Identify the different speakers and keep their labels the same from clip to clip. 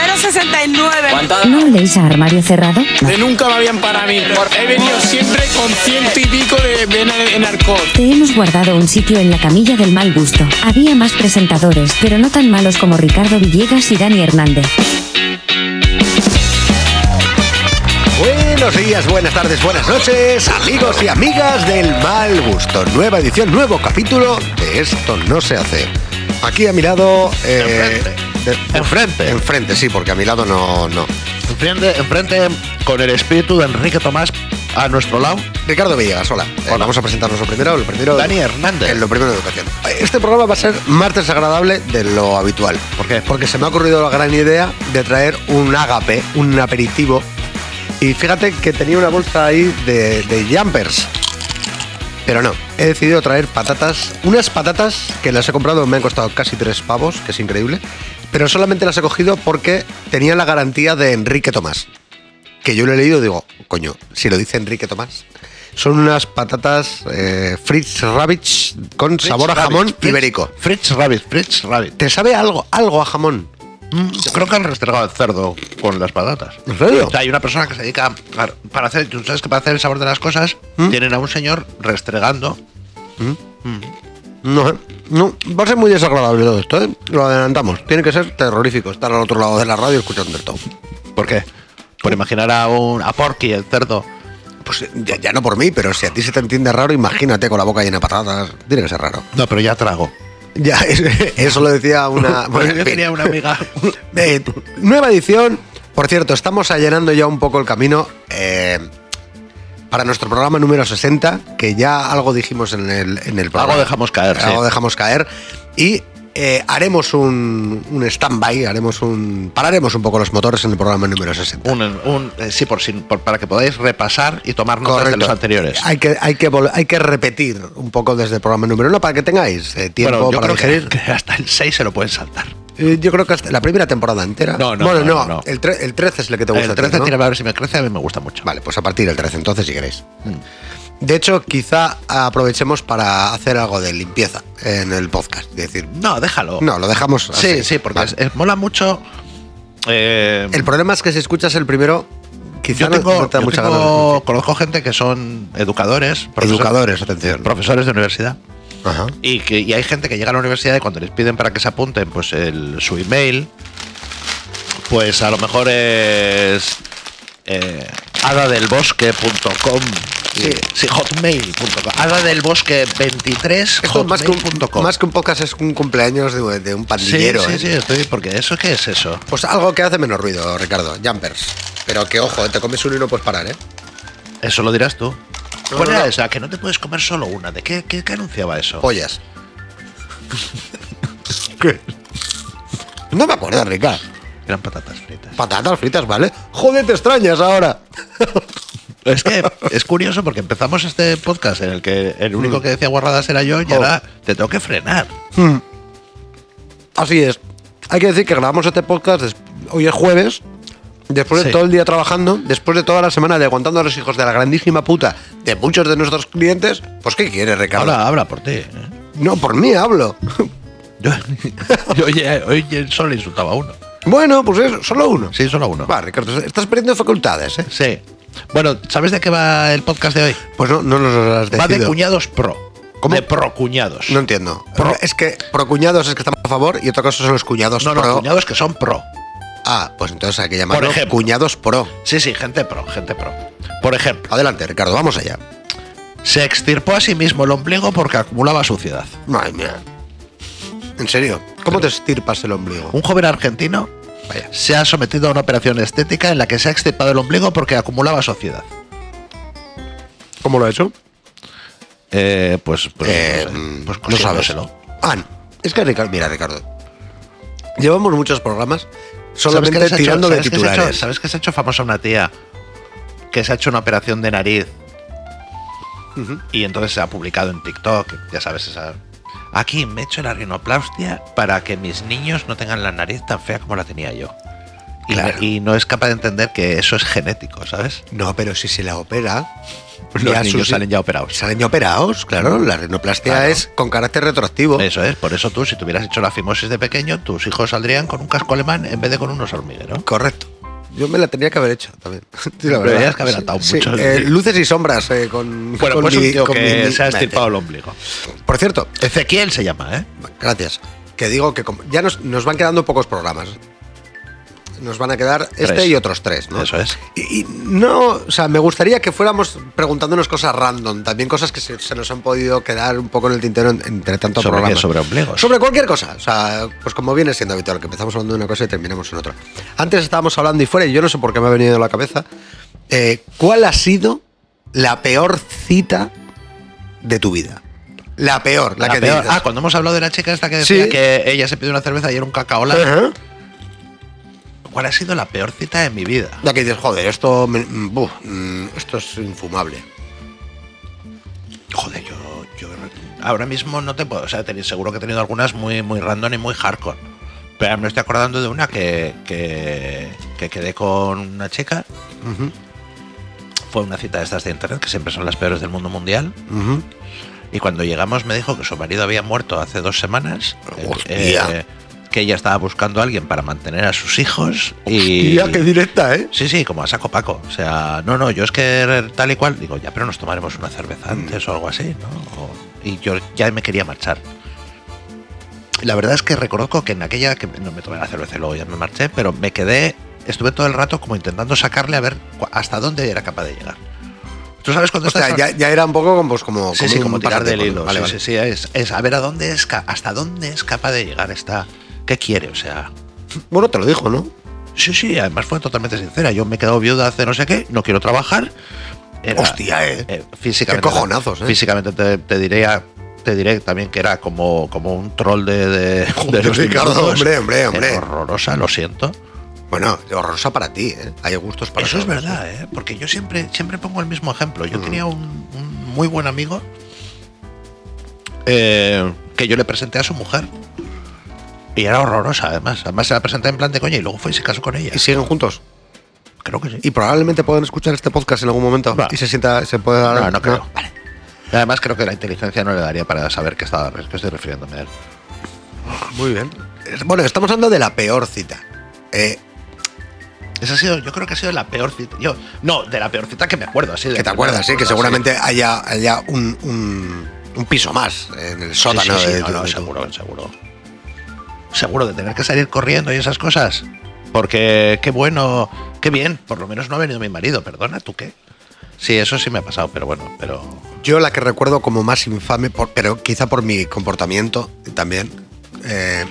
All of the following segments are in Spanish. Speaker 1: 69.
Speaker 2: ¿No leéis a armario cerrado?
Speaker 3: De nunca me habían para mí. He venido siempre con ciento y pico de vena en arcos.
Speaker 2: Te hemos guardado un sitio en la camilla del mal gusto. Había más presentadores, pero no tan malos como Ricardo Villegas y Dani Hernández.
Speaker 4: Buenos días, buenas tardes, buenas noches, amigos y amigas del mal gusto. Nueva edición, nuevo capítulo de Esto no se hace. Aquí a mi lado... eh, de- de-
Speaker 5: Enfrente.
Speaker 4: Enfrente, sí, porque a mi lado no... no.
Speaker 5: Enfrente, enfrente con el espíritu de Enrique Tomás a nuestro lado.
Speaker 4: Ricardo Villegas, hola. Eh,
Speaker 5: Hola.
Speaker 4: vamos a presentarnos lo primero, lo primero...
Speaker 5: Dani Hernández.
Speaker 4: eh, lo primero de educación. Este programa va a ser más desagradable de lo habitual.
Speaker 5: ¿Por qué?
Speaker 4: Porque se me ha ocurrido la gran idea de traer un ágape, un aperitivo. Y fíjate que tenía una bolsa ahí de, de jumpers. Pero no, he decidido traer patatas, unas patatas que las he comprado, me han costado casi tres pavos, que es increíble, pero solamente las he cogido porque tenía la garantía de Enrique Tomás. Que yo lo he leído y digo, coño, si lo dice Enrique Tomás. Son unas patatas eh, Fritz Rabbits con
Speaker 5: Fritz
Speaker 4: sabor a
Speaker 5: Rabbit,
Speaker 4: jamón
Speaker 5: Fritz-
Speaker 4: ibérico.
Speaker 5: Fritz Rabbit, Fritz Rabbit.
Speaker 4: ¿Te sabe algo, algo a jamón?
Speaker 5: Mm, Yo creo que han restregado el cerdo con las patatas.
Speaker 4: ¿En serio?
Speaker 5: O sea, hay una persona que se dedica a, para hacer, tú sabes que para hacer el sabor de las cosas,
Speaker 4: ¿Mm?
Speaker 5: tienen a un señor restregando.
Speaker 4: No, eh. no, va a ser muy desagradable todo esto, ¿eh? Lo adelantamos. Tiene que ser terrorífico estar al otro lado de la radio escuchando esto.
Speaker 5: ¿Por qué? Por imaginar a un a Porky el cerdo.
Speaker 4: Pues eh, ya, ya no por mí, pero si a ti se te entiende raro, imagínate con la boca llena de patatas. Tiene que ser raro.
Speaker 5: No, pero ya trago.
Speaker 4: Ya, es- eso lo decía una.
Speaker 5: Bueno,
Speaker 4: en
Speaker 5: Pues yo
Speaker 4: fin.
Speaker 5: tenía una amiga.
Speaker 4: Eh, nueva edición. Por cierto, estamos allanando ya un poco el camino eh, para nuestro programa número 60, que ya algo dijimos en el, en el programa.
Speaker 5: Algo dejamos caer, sí.
Speaker 4: Algo dejamos caer. Y eh, haremos un, un stand-by, haremos un. Pararemos un poco los motores en el programa número 60.
Speaker 5: Un, un- eh, sí, por, si- por- para que podáis repasar y tomar notas de los anteriores.
Speaker 4: Hay que, hay, que vol- hay que repetir un poco desde el programa número uno para que tengáis eh, tiempo
Speaker 5: Bueno, yo
Speaker 4: para
Speaker 5: creo que-
Speaker 4: digerir.
Speaker 5: que hasta el 6 se lo pueden saltar.
Speaker 4: Eh, Yo creo que hasta la primera temporada entera.
Speaker 5: No, no,
Speaker 4: bueno,
Speaker 5: no,
Speaker 4: no,
Speaker 5: no, no.
Speaker 4: El, tre- el 13 es el que te gusta.
Speaker 5: El
Speaker 4: a ti,
Speaker 5: 13
Speaker 4: ¿no?
Speaker 5: tiene a ver si me crece, a mí me gusta mucho.
Speaker 4: Vale, pues a partir del 13 entonces si queréis.
Speaker 5: Mm.
Speaker 4: De hecho, quizá aprovechemos para hacer algo de limpieza en el podcast. Es decir,
Speaker 5: No, déjalo. Ah,
Speaker 4: no, lo dejamos.
Speaker 5: sí,
Speaker 4: así.
Speaker 5: sí, porque
Speaker 4: Vale.
Speaker 5: es- es- mola mucho. eh,
Speaker 4: El problema es que si escuchas el primero, quizá
Speaker 5: yo
Speaker 4: no-
Speaker 5: tengo,
Speaker 4: no te da
Speaker 5: yo
Speaker 4: mucha
Speaker 5: tengo-
Speaker 4: ganas.
Speaker 5: conozco gente que son educadores,
Speaker 4: de-
Speaker 5: profesor-
Speaker 4: Educadores, atención.
Speaker 5: profesores de universidad.
Speaker 4: Ajá.
Speaker 5: Y, que, y hay gente que llega a la universidad y cuando les piden para que se apunten pues el, su email, pues a lo mejor es eh, hadadelbosque.com.
Speaker 4: Sí.
Speaker 5: sí, hotmail.com. Hadadelbosque23
Speaker 4: Esto más que, un,
Speaker 5: hotmail.com.
Speaker 4: más que un podcast es un cumpleaños de, de un
Speaker 5: Sí,
Speaker 4: pandillero.
Speaker 5: sí,
Speaker 4: ¿eh?
Speaker 5: sí, estoy, porque eso qué es eso.
Speaker 4: Pues algo que hace menos ruido, Ricardo. Jumpers. Pero que ojo, te comes uno y no puedes parar, ¿eh?
Speaker 5: Eso lo dirás tú.
Speaker 4: No,
Speaker 5: ¿Cuál
Speaker 4: no,
Speaker 5: era
Speaker 4: no.
Speaker 5: esa? Que no te puedes comer solo una. ¿De qué, qué, qué anunciaba eso?
Speaker 4: Pollas. ¿Qué? No me acuerdo, Ricardo.
Speaker 5: Eran patatas fritas.
Speaker 4: Patatas fritas, ¿vale? Joder, te extrañas ahora.
Speaker 5: Es que Eh, es curioso porque empezamos este podcast en el que el único que decía guarradas era yo y
Speaker 4: Mm. Oh.
Speaker 5: ahora te tengo que frenar.
Speaker 4: Así es. Hay que decir que grabamos este podcast des- hoy es jueves, después de
Speaker 5: Sí.
Speaker 4: todo el día trabajando, después de toda la semana de aguantando a los hijos de la grandísima puta de muchos de nuestros clientes. Pues, ¿qué quieres, Ricardo?
Speaker 5: Habla, habla por ti. ¿eh?
Speaker 4: No, por mí hablo.
Speaker 5: Yo, yo ya- hoy ya solo insultaba a uno.
Speaker 4: bueno, pues es solo uno.
Speaker 5: Sí, solo a uno.
Speaker 4: Va, Ricardo, estás perdiendo facultades, ¿eh?
Speaker 5: Sí. Bueno, ¿sabes de qué va el podcast de hoy?
Speaker 4: Pues no, no nos lo has
Speaker 5: Va de
Speaker 4: decidido.
Speaker 5: cuñados pro.
Speaker 4: ¿Cómo?
Speaker 5: De pro cuñados.
Speaker 4: No entiendo.
Speaker 5: Pro-
Speaker 4: Es que pro cuñados es que estamos a favor y otra cosa son los cuñados
Speaker 5: no, no,
Speaker 4: pro.
Speaker 5: cuñados que son pro.
Speaker 4: Ah, pues entonces hay que llamarlo
Speaker 5: Por ejemplo.
Speaker 4: cuñados pro.
Speaker 5: Sí, sí, gente pro, gente pro. Por ejemplo,
Speaker 4: Adelante, Ricardo, vamos allá.
Speaker 5: se extirpó a sí mismo el ombligo porque acumulaba suciedad.
Speaker 4: Madre mía. ¿En serio? ¿Cómo te estirpas el ombligo?
Speaker 5: Un joven argentino
Speaker 4: Vaya.
Speaker 5: se ha sometido a una operación estética en la que se ha extirpado el ombligo porque acumulaba suciedad.
Speaker 4: ¿Cómo lo ha hecho?
Speaker 5: Eh, pues, pues,
Speaker 4: Eh,
Speaker 5: no, sé.
Speaker 4: mm,
Speaker 5: Pues
Speaker 4: no sabes.
Speaker 5: cosiéndoselo.
Speaker 4: Ah, no. es que Ricardo, mira, Ricardo. Llevamos muchos programas
Speaker 5: ¿Sabes
Speaker 4: solamente
Speaker 5: que se ha hecho-
Speaker 4: tirando de
Speaker 5: sabes que se ha hecho-
Speaker 4: titulares.
Speaker 5: ¿Sabes que se ha hecho famosa una tía que se ha hecho una operación de nariz? Y entonces se ha publicado en TikTok, ya sabes, esa... Aquí me he hecho la rinoplastia para que mis niños no tengan la nariz tan fea como la tenía yo. y,
Speaker 4: Claro.
Speaker 5: y no es capaz de entender que eso es genético, ¿sabes?
Speaker 4: No, pero si se la opera.
Speaker 5: Los
Speaker 4: ya
Speaker 5: niños
Speaker 4: sus-
Speaker 5: salen ya operados.
Speaker 4: Salen ya operados, claro. La rinoplastia
Speaker 5: Claro.
Speaker 4: es con carácter retroactivo.
Speaker 5: Eso es, por eso tú, si tuvieras hecho la fimosis de pequeño, tus hijos saldrían con un casco alemán en vez de con unos hormigueros.
Speaker 4: Correcto. Yo me la tenía que haber hecho también. Sí, la
Speaker 5: Deberías
Speaker 4: verdad.
Speaker 5: que haber
Speaker 4: Sí,
Speaker 5: atado
Speaker 4: sí.
Speaker 5: mucho.
Speaker 4: Eh, luces y sombras eh, con.
Speaker 5: Bueno,
Speaker 4: con
Speaker 5: pues un
Speaker 4: mi-
Speaker 5: tío
Speaker 4: con mi-
Speaker 5: que
Speaker 4: mi-
Speaker 5: se ha estirpado el ombligo.
Speaker 4: Por cierto,
Speaker 5: Ezequiel se llama, ¿eh?
Speaker 4: gracias. Que digo que como- ya nos, nos van quedando pocos programas. Nos van a quedar este
Speaker 5: Tres.
Speaker 4: y otros tres, ¿no?
Speaker 5: Eso es.
Speaker 4: Y, y no, o sea, me gustaría que fuéramos preguntándonos cosas random, también cosas que se, se nos han podido quedar un poco en el tintero en- entre tantos
Speaker 5: ¿Sobre qué?
Speaker 4: programas.
Speaker 5: ¿Sobre ombligos?
Speaker 4: Pues, Sobre cualquier cosa, o sea, pues como viene siendo habitual, que empezamos hablando de una cosa y terminamos en otra. Antes estábamos hablando y fuera, y yo no sé por qué me ha venido a la cabeza, eh, ¿cuál ha sido la peor cita de tu vida? La peor, la,
Speaker 5: La
Speaker 4: que te
Speaker 5: peor-
Speaker 4: dices.
Speaker 5: Ah, cuando hemos hablado de la chica esta que decía
Speaker 4: Sí.
Speaker 5: que ella se pidió una cerveza y era un cacaola.
Speaker 4: Ajá.
Speaker 5: ¿Cuál ha sido la peor cita de mi vida?
Speaker 4: La que dices, joder, esto, me- mm, buf, mm, esto es infumable.
Speaker 5: Joder, yo, yo ahora mismo no te puedo. O sea, te- seguro que he tenido algunas muy, muy random y muy hardcore. Pero me estoy acordando de una que, que, que quedé con una chica. Fue una cita de estas de internet, que siempre son las peores del mundo mundial.
Speaker 4: Ujú.
Speaker 5: Y cuando llegamos me dijo que su marido había muerto hace dos semanas. eh,
Speaker 4: Hostia.
Speaker 5: eh, que ella estaba buscando a alguien para mantener a sus hijos. Y,
Speaker 4: Tía, qué directa, ¿eh?
Speaker 5: Sí, sí, como a saco Paco. O sea, no, no, yo es que tal y cual. Digo, ya, pero nos tomaremos una cerveza
Speaker 4: Mm.
Speaker 5: antes o algo así, ¿no? O- y yo ya me quería marchar. La verdad es que reconozco que en aquella que no me tomé la cerveza y luego ya me marché, pero me quedé, estuve todo el rato como intentando sacarle a ver cu- hasta dónde era capaz de llegar. Tú sabes cuando
Speaker 4: O sea,
Speaker 5: estás-
Speaker 4: ya, ya era un poco como, pues, como,
Speaker 5: Sí, sí, como
Speaker 4: un
Speaker 5: tirar del
Speaker 4: pasatiempo, ¿no? Vale,
Speaker 5: hilo. sí,
Speaker 4: vale.
Speaker 5: sí, sí, es, es a ver a dónde es, ca- hasta dónde es capaz de llegar esta. ¿Qué quiere? O sea,
Speaker 4: Bueno, te lo dijo, ¿no?
Speaker 5: Sí, sí, además fue totalmente sincera. Yo me he quedado viuda hace no sé qué, no quiero trabajar. Era,
Speaker 4: Hostia, eh.
Speaker 5: físicamente.
Speaker 4: Qué cojonazos, eh.
Speaker 5: Físicamente te, te diría. Te diré también que era como, como un troll de, de,
Speaker 4: Joder,
Speaker 5: de los
Speaker 4: Ricardo,
Speaker 5: dibujos.
Speaker 4: hombre, hombre,
Speaker 5: Era
Speaker 4: hombre.
Speaker 5: horrorosa, lo siento.
Speaker 4: Bueno, horrorosa para ti, ¿eh? Hay gustos para
Speaker 5: Eso es
Speaker 4: todos.
Speaker 5: verdad, ¿eh? porque yo siempre, siempre pongo el mismo ejemplo.
Speaker 4: Mm.
Speaker 5: Yo tenía un, un muy buen amigo eh, que yo le presenté a su mujer. Y era horrorosa, además. Además se la presenté en plan de coña y luego fue y se casó con ella.
Speaker 4: Y siguen juntos.
Speaker 5: Creo que sí.
Speaker 4: Y probablemente puedan escuchar este podcast en algún momento.
Speaker 5: Va.
Speaker 4: Y se sienta, se puede dar.
Speaker 5: No, no creo. Vale. Además, creo que la inteligencia no le daría para saber que, estaba, que estoy refiriéndome a él.
Speaker 4: Muy bien. Es- Bueno, estamos hablando de la peor cita. Eh,
Speaker 5: Esa ha sido, yo creo que ha sido la peor cita. Yo, no, de la peor cita que me acuerdo. Así de
Speaker 4: que te
Speaker 5: primera
Speaker 4: acuerdas, sí, que
Speaker 5: cosa,
Speaker 4: seguramente haya, haya un, un- un piso más en el
Speaker 5: Sí, sí,
Speaker 4: sótano
Speaker 5: sí,
Speaker 4: de,
Speaker 5: no,
Speaker 4: tu-
Speaker 5: no,
Speaker 4: de tu-
Speaker 5: seguro, seguro. Seguro de tener que salir corriendo y esas cosas. Porque qué bueno, qué bien. Por lo menos no ha venido mi marido, perdona, ¿tú qué? Sí, eso sí me ha pasado, pero bueno, pero.
Speaker 4: Yo la que recuerdo como más infame, por- pero quizá por mi comportamiento también. eh,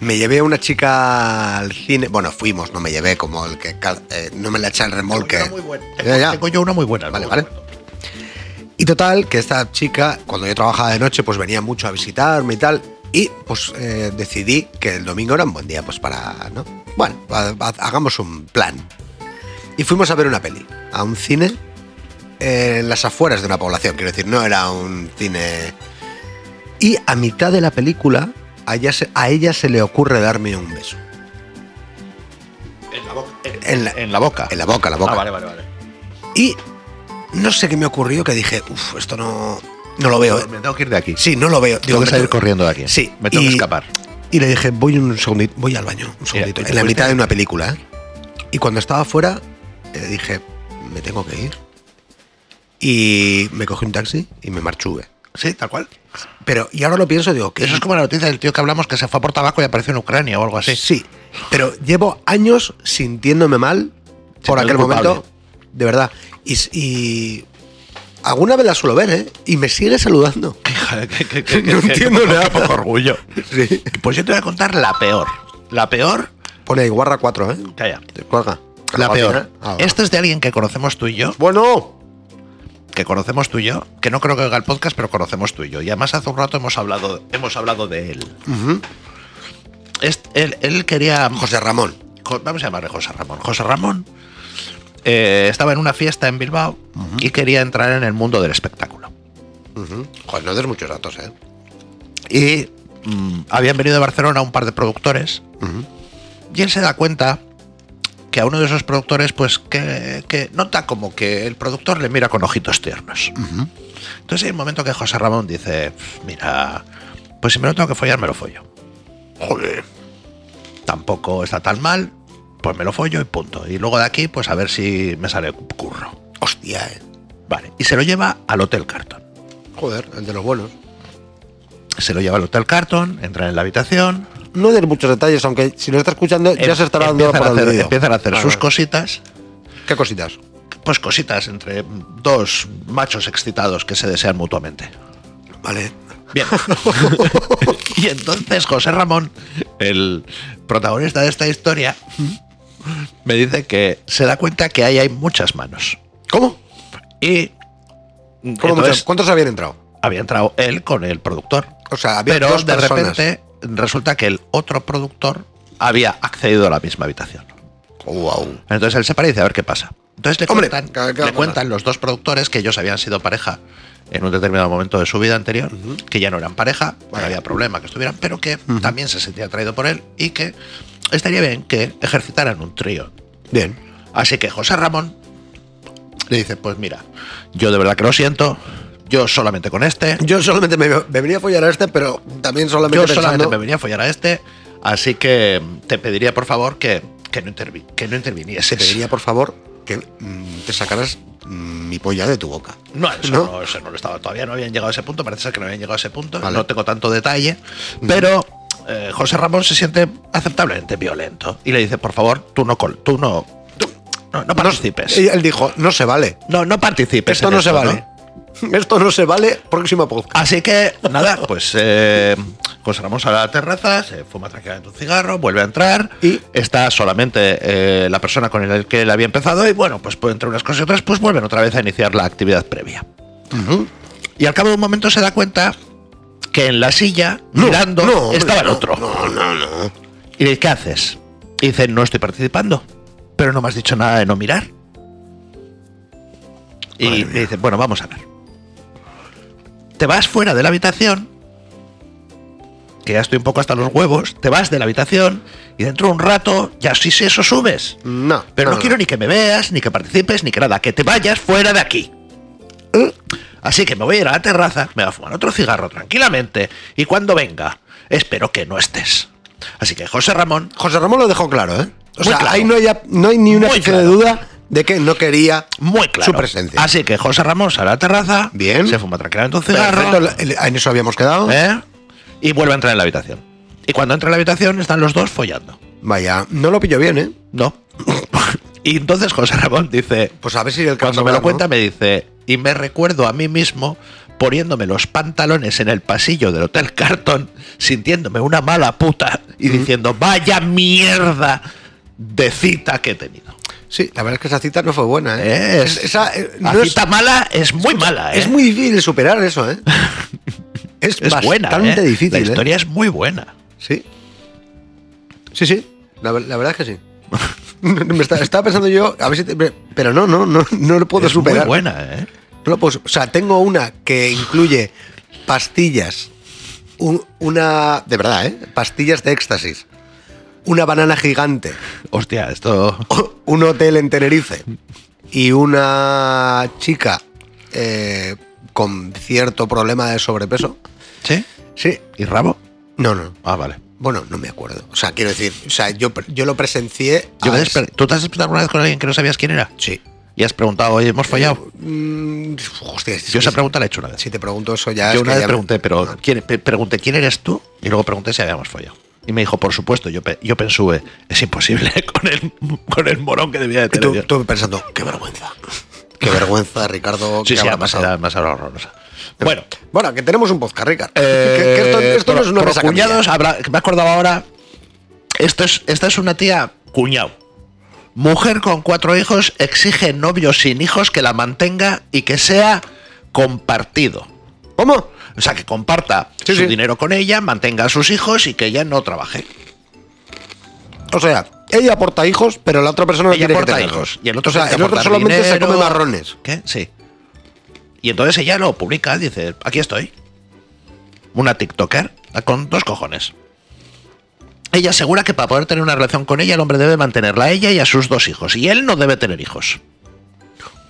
Speaker 4: me llevé a una chica al cine. Bueno, fuimos, no me llevé como el que. cal- eh, no me la echa el remolque.
Speaker 5: Tengo, yo una muy buena-
Speaker 4: Ya, ya.
Speaker 5: tengo yo una muy buena.
Speaker 4: Vale,
Speaker 5: luego
Speaker 4: vale.
Speaker 5: te cuento.
Speaker 4: Y total, que esta chica, cuando yo trabajaba de noche, pues venía mucho a visitarme y tal. Y pues eh, decidí que el domingo era un buen día, pues para. ¿no? Bueno, ha- ha- hagamos un plan. Y fuimos a ver una peli, a un cine eh, en las afueras de una población. Quiero decir, no era un cine. Y a mitad de la película, a ella se, a ella se le ocurre darme un beso.
Speaker 5: En la boca. En,
Speaker 4: En la,
Speaker 5: en la boca.
Speaker 4: en la boca, la boca.
Speaker 5: Ah, vale, vale, vale.
Speaker 4: Y no sé qué me ocurrió que dije, uff, esto no, no lo veo. eh".
Speaker 5: Me tengo que ir de aquí.
Speaker 4: Sí, no lo veo.
Speaker 5: Tengo que
Speaker 4: me
Speaker 5: salir
Speaker 4: tengo-
Speaker 5: corriendo de aquí.
Speaker 4: Sí.
Speaker 5: Me tengo
Speaker 4: y-
Speaker 5: que escapar.
Speaker 4: Y le dije, voy un segundito, voy al baño, un segundito.
Speaker 5: y te
Speaker 4: en la
Speaker 5: fuiste.
Speaker 4: mitad de una película, ¿eh? Y cuando estaba afuera, eh, dije, me tengo que ir. Y me cogí un taxi y me marchuve.
Speaker 5: Sí, tal cual.
Speaker 4: Pero, y ahora lo pienso, digo, que
Speaker 5: Eso es como la noticia del tío que hablamos que se fue por tabaco y apareció en Ucrania o algo así.
Speaker 4: Sí, pero llevo años sintiéndome mal por
Speaker 5: Siendo el
Speaker 4: aquel
Speaker 5: culpable.
Speaker 4: momento, de verdad. Y, s- y alguna vez la suelo ver, ¿eh? Y me sigue saludando. No entiendo nada.
Speaker 5: Poco orgullo.
Speaker 4: Sí.
Speaker 5: Pues yo te voy a contar la peor. La peor.
Speaker 4: Pone ahí, guarra 4, ¿eh?
Speaker 5: Calla.
Speaker 4: Te cuelga.
Speaker 5: La
Speaker 4: Ahora.
Speaker 5: peor.
Speaker 4: Ahora.
Speaker 5: Esto es de alguien que conocemos tú y yo.
Speaker 4: Bueno,
Speaker 5: Que conocemos tú y yo. Que no creo que oiga el podcast, pero conocemos tú y yo. Y además hace un rato hemos hablado, hemos hablado de él. Est- él. Él quería.
Speaker 4: José Ramón.
Speaker 5: Jo- vamos a llamarle José Ramón. José Ramón eh, estaba en una fiesta en Bilbao y quería entrar en el mundo del espectáculo.
Speaker 4: Joder, no des muchos datos, ¿eh?
Speaker 5: Y mm, habían venido de Barcelona un par de productores y él se da cuenta que a uno de esos productores, pues que, que nota como que el productor le mira con ojitos tiernos. Entonces hay un momento que José Ramón dice, mira, pues si me lo tengo que follar, me lo follo. Joder. Tampoco está tan mal, pues me lo follo y punto. Y luego de aquí, pues a ver si me sale curro.
Speaker 4: Hostia, eh.
Speaker 5: Vale. Y se lo lleva al Hotel Carton.
Speaker 4: Joder, el de los buenos.
Speaker 5: Se lo lleva al Hotel Carton, entra en la habitación,
Speaker 4: No den muchos detalles, aunque si lo está escuchando ya
Speaker 5: em-
Speaker 4: se estará dando
Speaker 5: empiezan,
Speaker 4: por
Speaker 5: a hacer,
Speaker 4: aludido.
Speaker 5: empiezan a hacer
Speaker 4: Ah,
Speaker 5: sus
Speaker 4: vale.
Speaker 5: cositas.
Speaker 4: ¿Qué cositas?
Speaker 5: Pues cositas entre dos machos excitados que se desean mutuamente.
Speaker 4: Vale.
Speaker 5: Bien. y entonces José Ramón, el protagonista de esta historia, me dice que se da cuenta que ahí hay muchas manos.
Speaker 4: ¿Cómo?
Speaker 5: Y
Speaker 4: ¿Cómo
Speaker 5: entonces,
Speaker 4: muchas- ¿Cuántos habían entrado?
Speaker 5: había entrado él con el productor.
Speaker 4: O sea, había
Speaker 5: Pero
Speaker 4: dos
Speaker 5: de
Speaker 4: personas.
Speaker 5: repente resulta que el otro productor había accedido a la misma habitación.
Speaker 4: Wow.
Speaker 5: Entonces él se para y dice, a ver qué pasa. Entonces le,
Speaker 4: Hombre,
Speaker 5: cuentan,
Speaker 4: cada- cada
Speaker 5: le cuentan los dos productores que ellos habían sido pareja en un determinado momento de su vida anterior, que ya no eran pareja, no
Speaker 4: Vale.
Speaker 5: había problema que estuvieran, pero que también se sentía atraído por él y que estaría bien que ejercitaran un trío.
Speaker 4: Bien.
Speaker 5: Así que José Ramón le dice, pues mira, yo de verdad que lo siento, yo solamente con este,
Speaker 4: Yo solamente me, me venía a follar a este, pero también solamente
Speaker 5: yo
Speaker 4: pensando...
Speaker 5: solamente me venía a follar a este, así que te pediría por favor que, que no, intervi que no intervinieses.
Speaker 4: Te pediría, por favor, que mm, te sacaras mm, mi polla de tu boca.
Speaker 5: No, eso
Speaker 4: ¿No?
Speaker 5: ¿No? eso no lo estaba. Todavía no habían llegado a ese punto. Parece ser que no habían llegado a ese punto.
Speaker 4: Vale.
Speaker 5: No tengo tanto detalle. Pero eh, José Ramón se siente aceptablemente violento. Y le dice, por favor, tú no, col- tú no, tú no, no participes.
Speaker 4: Y él dijo, no se vale.
Speaker 5: No, no participes.
Speaker 4: Esto
Speaker 5: en
Speaker 4: no se vale. Esto no se vale. Próximo podcast.
Speaker 5: Así que, nada, pues eh, José Ramón sale a la terraza, se fuma tranquilamente un cigarro, vuelve a entrar
Speaker 4: Y-
Speaker 5: está solamente eh, la persona con el que él había empezado y bueno, pues pues, entre unas cosas y otras, pues vuelven otra vez a iniciar la actividad previa. Y al cabo de un momento se da cuenta que en la silla, Ah, mirando,
Speaker 4: no, hombre,
Speaker 5: estaba el
Speaker 4: no,
Speaker 5: otro. No, no, no. Y le dice, ¿qué haces? Y dice, no estoy participando, pero no me has dicho nada de no mirar. Y le dice, bueno, vamos a ver. Te vas fuera de la habitación, que ya estoy un poco hasta los huevos, te vas de la habitación y dentro de un rato, ya sí, sí, eso subes.
Speaker 4: No.
Speaker 5: Pero no, quiero ni que me veas, ni que participes, ni que nada, que te vayas fuera de aquí.
Speaker 4: ¿Eh?
Speaker 5: Así que me voy a ir a la terraza, me voy a fumar otro cigarro tranquilamente y cuando venga, espero que no estés. Así que José Ramón,
Speaker 4: José Ramón lo dejó claro, ¿eh? O
Speaker 5: Muy
Speaker 4: sea,
Speaker 5: claro.
Speaker 4: ahí no, haya- no hay ni una
Speaker 5: Muy
Speaker 4: especie de
Speaker 5: claro.
Speaker 4: duda de que no quería
Speaker 5: muy claro.
Speaker 4: su presencia.
Speaker 5: Así que José Ramón sale a la terraza,
Speaker 4: Bien.
Speaker 5: se fuma tranquilamente un cigarro.
Speaker 4: Perfecto, el- en eso habíamos quedado.
Speaker 5: ¿eh? Y vuelve a entrar en la habitación. Y cuando entra en la habitación están los dos follando.
Speaker 4: Vaya, no lo pillo bien, ¿eh?
Speaker 5: No. y entonces José Ramón dice,
Speaker 4: Pues a ver si el
Speaker 5: cuando me
Speaker 4: carnaval,
Speaker 5: lo
Speaker 4: ¿no?
Speaker 5: cuenta me dice, y me recuerdo a mí mismo poniéndome los pantalones en el pasillo del Hotel Carton, sintiéndome una mala puta
Speaker 4: Mm.
Speaker 5: y diciendo, vaya mierda de cita que he tenido.
Speaker 4: Sí, la verdad es que esa cita no fue buena, ¿eh?
Speaker 5: Es-
Speaker 4: esa, eh,
Speaker 5: La
Speaker 4: no es-
Speaker 5: cita mala es muy mala, ¿eh?
Speaker 4: es muy difícil superar eso, ¿eh? Es,
Speaker 5: Es
Speaker 4: bastante
Speaker 5: buena. ¿eh?
Speaker 4: difícil.
Speaker 5: La
Speaker 4: ¿eh?
Speaker 5: historia es muy buena.
Speaker 4: Sí. Sí, sí. La, ver- la verdad es que sí. Me está- estaba pensando yo, a ver si te- pero no, no, no, no lo puedo
Speaker 5: es
Speaker 4: superar.
Speaker 5: muy buena, ¿eh?
Speaker 4: No lo puedo su- o sea, tengo una que incluye pastillas, un- una, de verdad, ¿eh? Pastillas de éxtasis, una banana gigante,
Speaker 5: Hostia, esto.
Speaker 4: un hotel en Tenerife y una chica eh, con cierto problema de sobrepeso.
Speaker 5: ¿Sí?
Speaker 4: Sí.
Speaker 5: ¿Y Rabo?
Speaker 4: No, no.
Speaker 5: Ah, vale.
Speaker 4: Bueno, no me acuerdo. O sea, quiero decir, o sea, yo, yo lo presencié.
Speaker 5: Yo
Speaker 4: a-
Speaker 5: me desper- ¿Tú te has despertado alguna vez con alguien que no sabías quién era?
Speaker 4: Sí.
Speaker 5: Y has preguntado, oye, hemos fallado.
Speaker 4: Mm, hostia, es
Speaker 5: Yo esa
Speaker 4: que
Speaker 5: pregunta la he hecho una vez.
Speaker 4: Si te pregunto eso ya.
Speaker 5: Yo
Speaker 4: Ah, es
Speaker 5: una
Speaker 4: que
Speaker 5: vez
Speaker 4: ya-
Speaker 5: pregunté, pero ¿quién, pe- pregunté quién eres tú y luego pregunté si habíamos follado. Y me dijo, por supuesto, yo, pe- yo pensé, es imposible con el, con el morón que debía de
Speaker 4: Y
Speaker 5: tener.
Speaker 4: tú,
Speaker 5: yo".
Speaker 4: tú pensando, qué vergüenza. Qué vergüenza, Ricardo.
Speaker 5: sí,
Speaker 4: ¿qué
Speaker 5: sí,
Speaker 4: habrá
Speaker 5: además
Speaker 4: pasado?
Speaker 5: era, además era horrorosa. Bueno,
Speaker 4: Bueno, que tenemos un podcast, Ricardo.
Speaker 5: eh,
Speaker 4: que, que esto, esto no
Speaker 5: pro-
Speaker 4: es una mesa
Speaker 5: procuñados, habrá- que me acordaba ahora, esto es, esta es una tía cuñado. Mujer con cuatro hijos exige novio sin hijos que la mantenga y que sea compartido.
Speaker 4: cambiada. ¿Cómo?
Speaker 5: O sea, que comparta
Speaker 4: Sí,
Speaker 5: su
Speaker 4: sí.
Speaker 5: dinero con ella, mantenga a sus hijos y que ella no trabaje.
Speaker 4: O sea, ella aporta hijos, pero la otra persona no
Speaker 5: ella
Speaker 4: tiene que
Speaker 5: aporta
Speaker 4: tener
Speaker 5: hijos. Y el otro
Speaker 4: o sea,
Speaker 5: tiene que
Speaker 4: el otro
Speaker 5: aportar
Speaker 4: solamente se
Speaker 5: dinero.
Speaker 4: come marrones.
Speaker 5: ¿Qué? Sí. Y entonces ella lo publica, dice, ah, aquí estoy. Una TikToker con dos cojones. Ella asegura que para poder tener una relación con ella, el hombre debe mantenerla a ella y a sus dos hijos. Y él no debe tener hijos.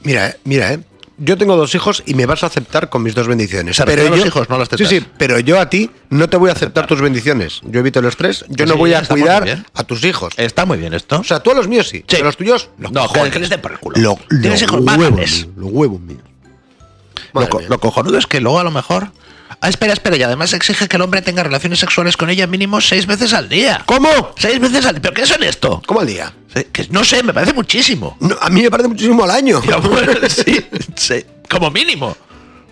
Speaker 4: Mira, eh, mira, eh. Yo tengo dos hijos y me vas a aceptar con mis dos bendiciones.
Speaker 5: Claro,
Speaker 4: pero
Speaker 5: tú
Speaker 4: yo,
Speaker 5: a los hijos no las
Speaker 4: Sí,
Speaker 5: aceptas.
Speaker 4: sí, pero yo a ti no te voy a aceptar tus bendiciones. Yo evito los tres. Yo
Speaker 5: Pues
Speaker 4: no
Speaker 5: sí,
Speaker 4: voy a
Speaker 5: estamos muy
Speaker 4: cuidar
Speaker 5: bien.
Speaker 4: a tus hijos.
Speaker 5: Está muy bien esto.
Speaker 4: O sea, tú a los míos sí, pero a los tuyos no.
Speaker 5: No, joder, que les den por el culo.
Speaker 4: Lo,
Speaker 5: Tienes
Speaker 4: lo
Speaker 5: hijos, mátalos.
Speaker 4: huevos, los huevos míos.
Speaker 5: Lo,
Speaker 4: Madre
Speaker 5: co-
Speaker 4: mía.
Speaker 5: lo cojonudo es que luego a lo mejor. Ah, espera, espera. Y además exige que el hombre tenga relaciones sexuales con ella mínimo seis veces al día.
Speaker 4: ¿Cómo?
Speaker 5: ¿Seis veces al día? ¿Pero qué son esto?
Speaker 4: ¿Cómo al día?
Speaker 5: Sí, que no sé, me parece muchísimo.
Speaker 4: No, a mí me parece muchísimo al año.
Speaker 5: Yo, bueno, sí, sí, como mínimo.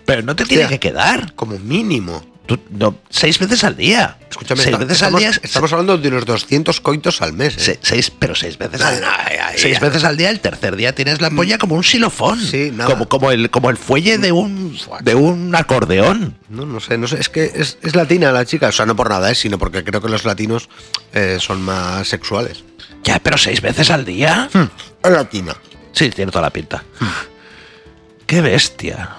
Speaker 5: Pero no te tiene
Speaker 4: Hostia.
Speaker 5: que quedar.
Speaker 4: Como mínimo.
Speaker 5: Tú- no, seis veces al día.
Speaker 4: Escúchame,
Speaker 5: seis
Speaker 4: esta-
Speaker 5: veces
Speaker 4: estamos,
Speaker 5: al día.
Speaker 4: estamos hablando de unos 200 coitos al mes. ¿eh?
Speaker 5: se- seis, pero seis veces al día.
Speaker 4: Ay, ay,
Speaker 5: seis
Speaker 4: ay.
Speaker 5: veces al día, el tercer día tienes la polla como un xilofón.
Speaker 4: Mm. Sí, nada.
Speaker 5: Como, como, el, como el fuelle de un, de un acordeón.
Speaker 4: No, no sé, no sé. Es que es, es latina la chica. O sea, no por nada, ¿eh? sino porque creo que los latinos eh, son más sexuales.
Speaker 5: Ya, pero seis veces al día.
Speaker 4: Es latina.
Speaker 5: Sí, tiene toda la pinta. Qué bestia.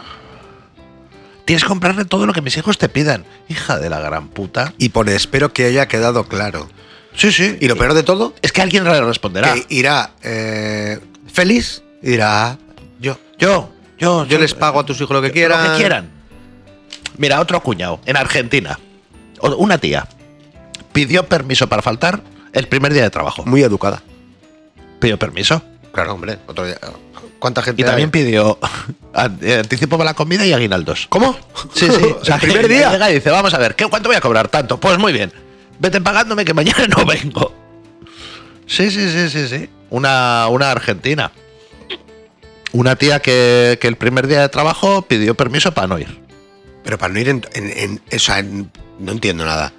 Speaker 5: Tienes que comprarle todo lo que mis hijos te pidan. Hija de la gran puta.
Speaker 4: Y por espero que haya quedado claro.
Speaker 5: Sí, sí.
Speaker 4: Y lo peor de todo,
Speaker 5: Es que alguien le responderá.
Speaker 4: que irá eh, feliz, irá yo.
Speaker 5: Yo, yo,
Speaker 4: Yo les pago a tus hijos lo que quieran.
Speaker 5: Lo que quieran. Mira, otro cuñado, en Argentina. O- Una tía pidió permiso para faltar el primer día de trabajo.
Speaker 4: Muy educada.
Speaker 5: Pidió permiso.
Speaker 4: Claro, hombre. Otro día. ¿Cuánta gente
Speaker 5: Y también
Speaker 4: hay?
Speaker 5: pidió an- eh, anticipo para la comida y aguinaldos.
Speaker 4: ¿Cómo?
Speaker 5: Sí, sí. O sea,
Speaker 4: el primer
Speaker 5: que
Speaker 4: día.
Speaker 5: Llega y dice, vamos a ver, ¿qué, ¿cuánto voy a cobrar? Tanto. Pues muy bien. Vete pagándome que mañana no vengo. Sí, sí, sí, sí, sí. Una, una argentina. Una tía que, que el primer día de trabajo pidió permiso para no ir.
Speaker 4: Pero para no ir en. en- en- o sea, en- no entiendo nada.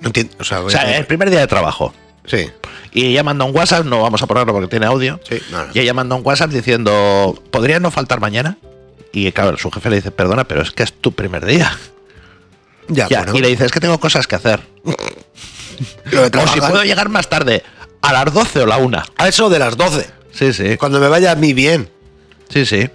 Speaker 4: No entiendo. O sea, voy
Speaker 5: O
Speaker 4: a-
Speaker 5: sea, el primer día de trabajo.
Speaker 4: sí.
Speaker 5: Y ella manda un WhatsApp, no vamos a ponerlo porque tiene audio.
Speaker 4: Sí, no, no.
Speaker 5: Y ella manda un WhatsApp diciendo, ¿podría no faltar mañana? Y claro, su jefe le dice, perdona, pero es que es tu primer día.
Speaker 4: Ya,
Speaker 5: Ya,
Speaker 4: bueno.
Speaker 5: Y le "Oh, dice, es que tengo cosas que hacer.
Speaker 4: Lo de
Speaker 5: O si
Speaker 4: trabajar-
Speaker 5: puedo llegar más tarde, a las 12 o la 1.
Speaker 4: A eso de las 12.
Speaker 5: Sí, sí.
Speaker 4: Cuando me vaya a mí bien.
Speaker 5: Sí, sí.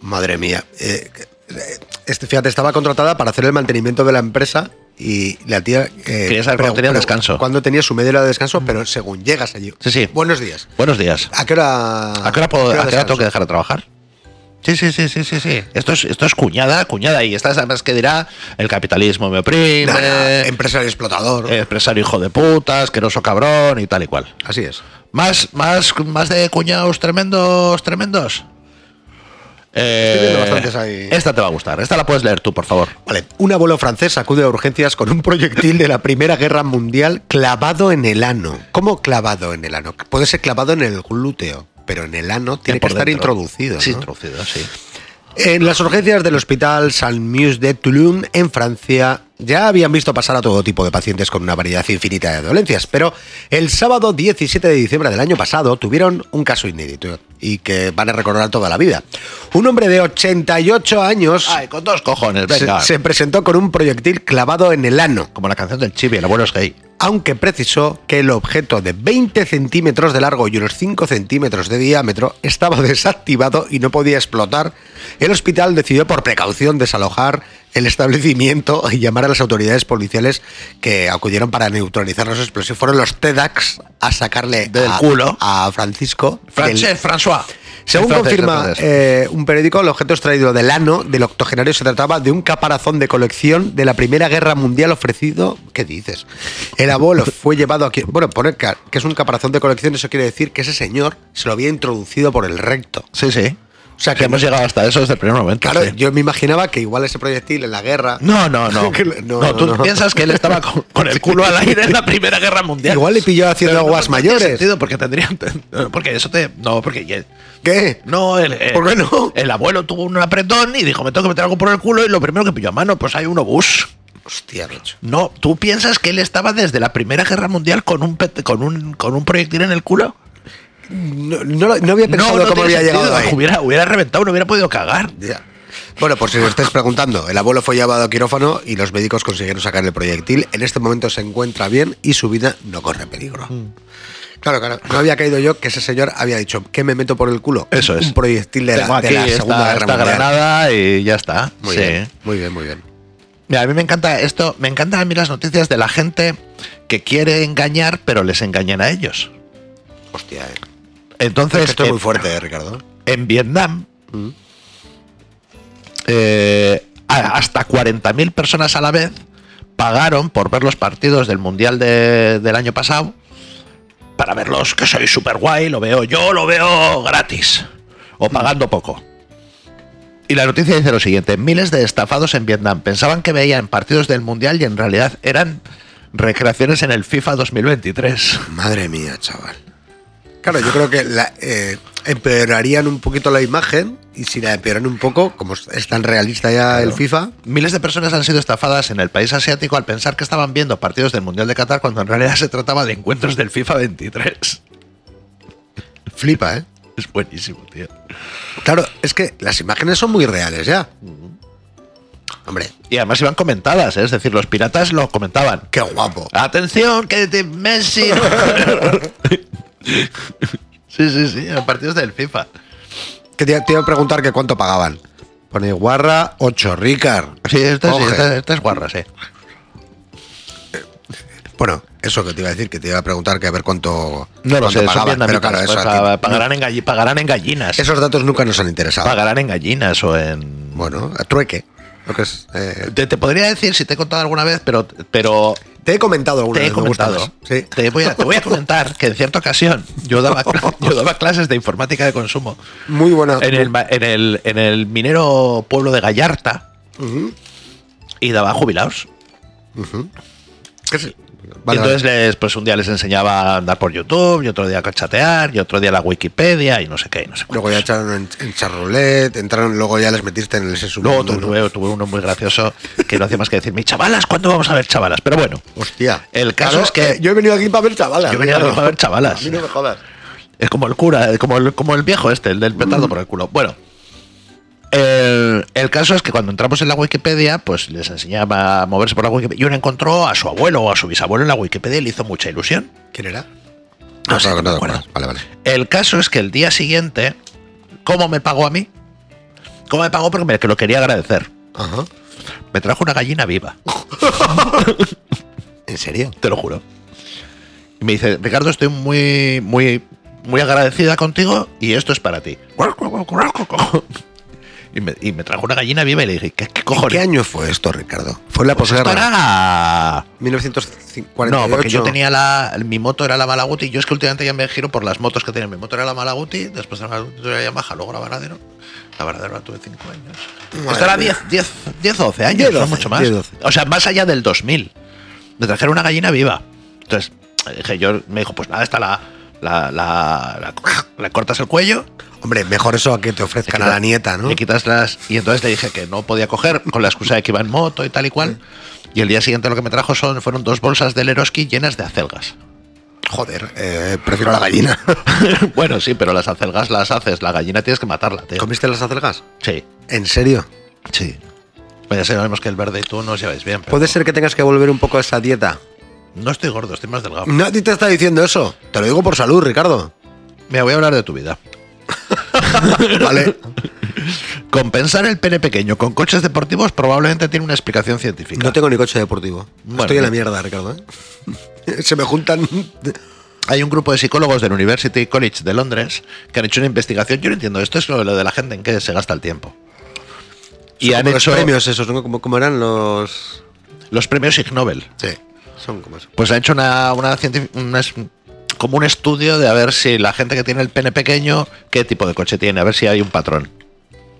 Speaker 4: Madre mía. eh, eh, este, fíjate, estaba contratada para hacer el mantenimiento de la empresa y la tía. eh,
Speaker 5: Quería saber cuándo
Speaker 4: pregu-
Speaker 5: tenía
Speaker 4: pregu-
Speaker 5: descanso. Mm.
Speaker 4: Cuándo tenía su media hora de descanso, pero según llegas allí.
Speaker 5: Sí, sí.
Speaker 4: Buenos días.
Speaker 5: Buenos días.
Speaker 4: ¿A qué hora.
Speaker 5: ¿A qué hora, puedo- a qué hora tengo
Speaker 4: descanso?
Speaker 5: que dejar de trabajar? Sí, sí, sí, sí, sí, sí. Esto es, esto es cuñada, cuñada. Y esta es además que dirá, el capitalismo me oprime,
Speaker 4: Nah, nah,
Speaker 5: em-
Speaker 4: empresario explotador.
Speaker 5: empresario hijo de puta, asqueroso cabrón y tal y cual.
Speaker 4: Así es.
Speaker 5: Más, más, más de cuñados tremendos, tremendos. Eh,
Speaker 4: Estoy viendo bastantes ahí.
Speaker 5: Esta te va a gustar. Esta la puedes leer tú, por favor.
Speaker 4: Vale, un abuelo francés acude a urgencias con un proyectil de la Primera Guerra Mundial clavado en el ano. ¿Cómo clavado en el ano? Puede ser clavado en el glúteo, pero en el ano tiene que
Speaker 5: Por
Speaker 4: estar
Speaker 5: dentro.
Speaker 4: introducido.
Speaker 5: Sí,
Speaker 4: ¿no?
Speaker 5: introducido, sí.
Speaker 4: En las urgencias del Hospital Saint-Muse de Toulon, en Francia, ya habían visto pasar a todo tipo de pacientes con una variedad infinita de dolencias, pero el sábado 17 de diciembre del año pasado tuvieron un caso inédito y que van a recordar toda la vida. Un hombre de 88 años
Speaker 5: Ay, con dos cojones, venga.
Speaker 4: se, se presentó con un proyectil clavado en el ano,
Speaker 5: Como la canción del Chibi, el abuelo es gay.
Speaker 4: aunque precisó que el objeto de 20 centímetros de largo y unos 5 centímetros de diámetro estaba desactivado y no podía explotar. El hospital decidió por precaución desalojar el establecimiento y llamar a las autoridades policiales que acudieron para neutralizar los explosivos. Fueron los TEDAX a sacarle
Speaker 5: Del
Speaker 4: a-
Speaker 5: culo.
Speaker 4: a Francisco. del-
Speaker 5: Francés, François.
Speaker 4: según
Speaker 5: Sí, francés,
Speaker 4: confirma
Speaker 5: francés.
Speaker 4: eh, un periódico, el objeto extraído del ano del octogenario se trataba de un caparazón de colección de la Primera Guerra Mundial ofrecido. ¿Qué dices? El abuelo fue llevado aquí. Bueno, poner ca- que es un caparazón de colección, eso quiere decir que ese señor se lo había introducido por el recto.
Speaker 5: Sí, sí.
Speaker 4: O sea
Speaker 5: Que
Speaker 4: que.
Speaker 5: hemos llegado hasta eso desde el primer momento.
Speaker 4: Claro,
Speaker 5: sí.
Speaker 4: yo me imaginaba que igual ese proyectil en la guerra.
Speaker 5: No, no, no.
Speaker 4: Que
Speaker 5: no,
Speaker 4: le- no,
Speaker 5: tú
Speaker 4: no, no.
Speaker 5: piensas que él estaba con, con el culo al aire en la Primera Guerra Mundial.
Speaker 4: Igual le pilló haciendo
Speaker 5: Pero no,
Speaker 4: aguas
Speaker 5: no tiene
Speaker 4: mayores.
Speaker 5: sentido porque tendrían. Porque eso te. No, porque. ya-
Speaker 4: ¿Qué?
Speaker 5: No, el, el-
Speaker 4: ¿Por qué no?
Speaker 5: El abuelo tuvo un apretón y dijo: Me tengo que meter algo por el culo. Y lo primero que pilló a mano, pues hay un obús.
Speaker 4: Hostia, macho.
Speaker 5: No, ¿tú piensas que él estaba desde la Primera Guerra Mundial con un, pet- con un, con un proyectil en el culo?
Speaker 4: No, no lo- no había pensado cómo
Speaker 5: tiene
Speaker 4: había
Speaker 5: sentido.
Speaker 4: llegado ahí.
Speaker 5: Hubiera, hubiera reventado, no hubiera podido cagar.
Speaker 4: Ya. Bueno, por si os estáis preguntando, el abuelo fue llevado a quirófano y los médicos consiguieron sacar el proyectil. En este momento se encuentra bien y su vida no corre peligro.
Speaker 5: Mm.
Speaker 4: Claro, claro. No había caído yo que ese señor había dicho que me meto por el culo.
Speaker 5: Eso es.
Speaker 4: Un proyectil de la,
Speaker 5: Tengo
Speaker 4: de la
Speaker 5: aquí
Speaker 4: Segunda
Speaker 5: esta,
Speaker 4: Guerra
Speaker 5: esta
Speaker 4: Mundial.
Speaker 5: granada y ya está.
Speaker 4: Muy
Speaker 5: Sí.
Speaker 4: bien, muy bien, muy bien.
Speaker 5: Mira, a mí me encanta esto, me encantan a mí las noticias de la gente que quiere engañar, pero les engañan a ellos.
Speaker 4: Hostia, eh.
Speaker 5: Entonces,
Speaker 4: esto es
Speaker 5: en-
Speaker 4: muy fuerte, eh, Ricardo.
Speaker 5: En Vietnam,
Speaker 4: Mm.
Speaker 5: eh, a- hasta 40.000 personas a la vez pagaron por ver los partidos del Mundial de- del año pasado para verlos, que soy súper guay, lo veo yo, lo veo gratis o pagando poco. Y la noticia dice lo siguiente, miles de estafados en Vietnam pensaban que veían partidos del Mundial y en realidad eran recreaciones en el FIFA 2023.
Speaker 4: Madre mía, chaval. Claro, yo creo que la, eh, empeorarían un poquito la imagen y si la empeoran un poco, como es tan realista ya el FIFA,
Speaker 5: Miles de personas han sido estafadas en el país asiático al pensar que estaban viendo partidos del Mundial de Qatar cuando en realidad se trataba de encuentros del FIFA 23.
Speaker 4: flipa, ¿eh?
Speaker 5: Es buenísimo, tío.
Speaker 4: Claro, es que las imágenes son muy reales ya. Hombre,
Speaker 5: Y además iban comentadas, ¿eh? es decir, los piratas lo comentaban.
Speaker 4: qué guapo.
Speaker 5: ¡Atención, que te- Messi! sí, sí, sí, en partidos del FIFA.
Speaker 4: Que te, te iba a preguntar que cuánto pagaban. Pone guarra 8, Ricard.
Speaker 5: Sí, esta, sí,
Speaker 4: Coge.
Speaker 5: esta- esta es guarra, sí.
Speaker 4: Bueno, eso que te iba a decir, que te iba a preguntar que a ver cuánto,
Speaker 5: No lo
Speaker 4: cuánto
Speaker 5: sé, son
Speaker 4: pagaban. Pero claro,
Speaker 5: vietnamitas, pues,
Speaker 4: eso
Speaker 5: o
Speaker 4: a
Speaker 5: sea,
Speaker 4: ti-
Speaker 5: pagarán, en galli- pagarán en gallinas.
Speaker 4: esos datos nunca nos han interesado.
Speaker 5: Pagarán en gallinas o en...
Speaker 4: Bueno, a trueque. Lo que es, eh,
Speaker 5: Te, te podría decir si te he contado alguna vez, pero, pero
Speaker 4: te he comentado alguna
Speaker 5: te he
Speaker 4: vez, me gusta
Speaker 5: comentado.
Speaker 4: más. Sí.
Speaker 5: Te, voy a, te voy a comentar que en cierta ocasión yo daba, yo daba clases de informática de consumo
Speaker 4: Muy buena.
Speaker 5: en el, ma- en el, en el minero pueblo de Gallarta
Speaker 4: Ujú,
Speaker 5: y daba jubilados.
Speaker 4: ujú. ¿Qué sé? Vale,
Speaker 5: y entonces les, pues un día les enseñaba a andar por YouTube, y otro día a chatear, y otro día la Wikipedia, y no sé qué, y no sé
Speaker 4: vale. Luego ya
Speaker 5: cuántos.
Speaker 4: echaron en, en charroulette, entraron, luego ya les metiste en el ese
Speaker 5: Luego
Speaker 4: submundo, ¿no?
Speaker 5: tuve, tuve uno muy gracioso que no hacía más que decirme, chavalas, ¿cuándo vamos a ver chavalas? Pero bueno,
Speaker 4: Hostia.
Speaker 5: El caso es que-
Speaker 4: eh, yo he venido aquí para ver chavalas.
Speaker 5: Yo he venido
Speaker 4: Ricardo.
Speaker 5: aquí para ver chavalas.
Speaker 4: A mí no me jodas.
Speaker 5: Es como el cura, eh, como el, como el viejo este, el del
Speaker 4: Mm.
Speaker 5: petardo por el culo. Bueno, el, el caso es que cuando entramos en la Wikipedia, pues les enseñaba a moverse por la Wikipedia. Y uno encontró a su abuelo o a su bisabuelo en la Wikipedia y le hizo mucha ilusión.
Speaker 4: ¿Quién era?
Speaker 5: No sé,
Speaker 4: claro,
Speaker 5: no me
Speaker 4: te
Speaker 5: acuerdo.
Speaker 4: acuerdas. Vale, vale.
Speaker 5: El caso es que el día siguiente, ¿cómo me pagó a mí? ¿Cómo me pagó? Porque me, que lo quería agradecer.
Speaker 4: Ajá.
Speaker 5: Me trajo una gallina viva,
Speaker 4: ¿En serio?
Speaker 5: te lo juro. Y me dice, Ricardo, estoy muy, muy, muy agradecida contigo y esto es para ti. Y me, y me trajo una gallina viva y le dije, ¿qué, qué
Speaker 4: ¿En
Speaker 5: cojones?
Speaker 4: ¿Qué año fue esto, Ricardo? Fue en la
Speaker 5: Pues esto
Speaker 4: posguerra.
Speaker 5: era-
Speaker 4: 1948.
Speaker 5: No, porque yo tenía la. Mi moto era la Malaguti. Yo es que últimamente ya me giro por las motos que tenía. Mi moto era la Malaguti, después era la Malaguti, era la Yamaha, luego la Varadero. La Varadero la tuve 5 años.
Speaker 4: Madre
Speaker 5: Esto era
Speaker 4: mía.
Speaker 5: 10, 10, 10 12 años,
Speaker 4: 10, 12,
Speaker 5: no mucho más.
Speaker 4: 10, 12.
Speaker 5: O sea, más allá del 2000. Me trajeron una gallina viva. Entonces, eh, dije, yo me dijo, pues nada, esta la. La, la, la, la cortas el cuello,
Speaker 4: Hombre, mejor eso a que te
Speaker 5: le
Speaker 4: ofrezcan a
Speaker 5: quitas-
Speaker 4: la nieta, ¿no?
Speaker 5: Le quitas las. Y entonces le dije que no podía coger con la excusa de que iba en moto y tal y cual. Y el día siguiente lo que me trajo son, fueron dos bolsas de Leroski llenas de acelgas.
Speaker 4: Joder, eh, prefiero la gallina.
Speaker 5: bueno, sí, pero las acelgas las haces, la gallina tienes que matarla, tío.
Speaker 4: ¿Comiste las acelgas?
Speaker 5: Sí,
Speaker 4: ¿En serio?
Speaker 5: sí. Pues ya sabemos que el verde y tú no os lleváis bien, pero
Speaker 4: ¿Puede ser que tengas que volver un poco a esa dieta?
Speaker 5: no estoy gordo, estoy más delgado.
Speaker 4: Nadie te está diciendo eso. Te lo digo por salud, Ricardo.
Speaker 5: Mira, voy a hablar de tu vida.
Speaker 4: Vale.
Speaker 5: Compensar el pene pequeño con coches deportivos probablemente tiene una explicación científica.
Speaker 4: No tengo ni coche deportivo.
Speaker 5: Bueno,
Speaker 4: Estoy en la
Speaker 5: bien.
Speaker 4: mierda, Ricardo. ¿eh? Se me juntan.
Speaker 5: Hay un grupo de psicólogos del University College de Londres que han hecho una investigación. Yo no entiendo, esto es lo lo de la gente en que se gasta el tiempo. Y
Speaker 4: son
Speaker 5: han
Speaker 4: como los
Speaker 5: hecho
Speaker 4: premios esos, ¿no? Como, como eran los.
Speaker 5: los premios Ig Nobel.
Speaker 4: Sí, son como eso.
Speaker 5: Pues ha hecho una, una científic- una es- como un estudio de a ver si la gente que tiene el pene pequeño, qué tipo de coche tiene, a ver si hay un patrón.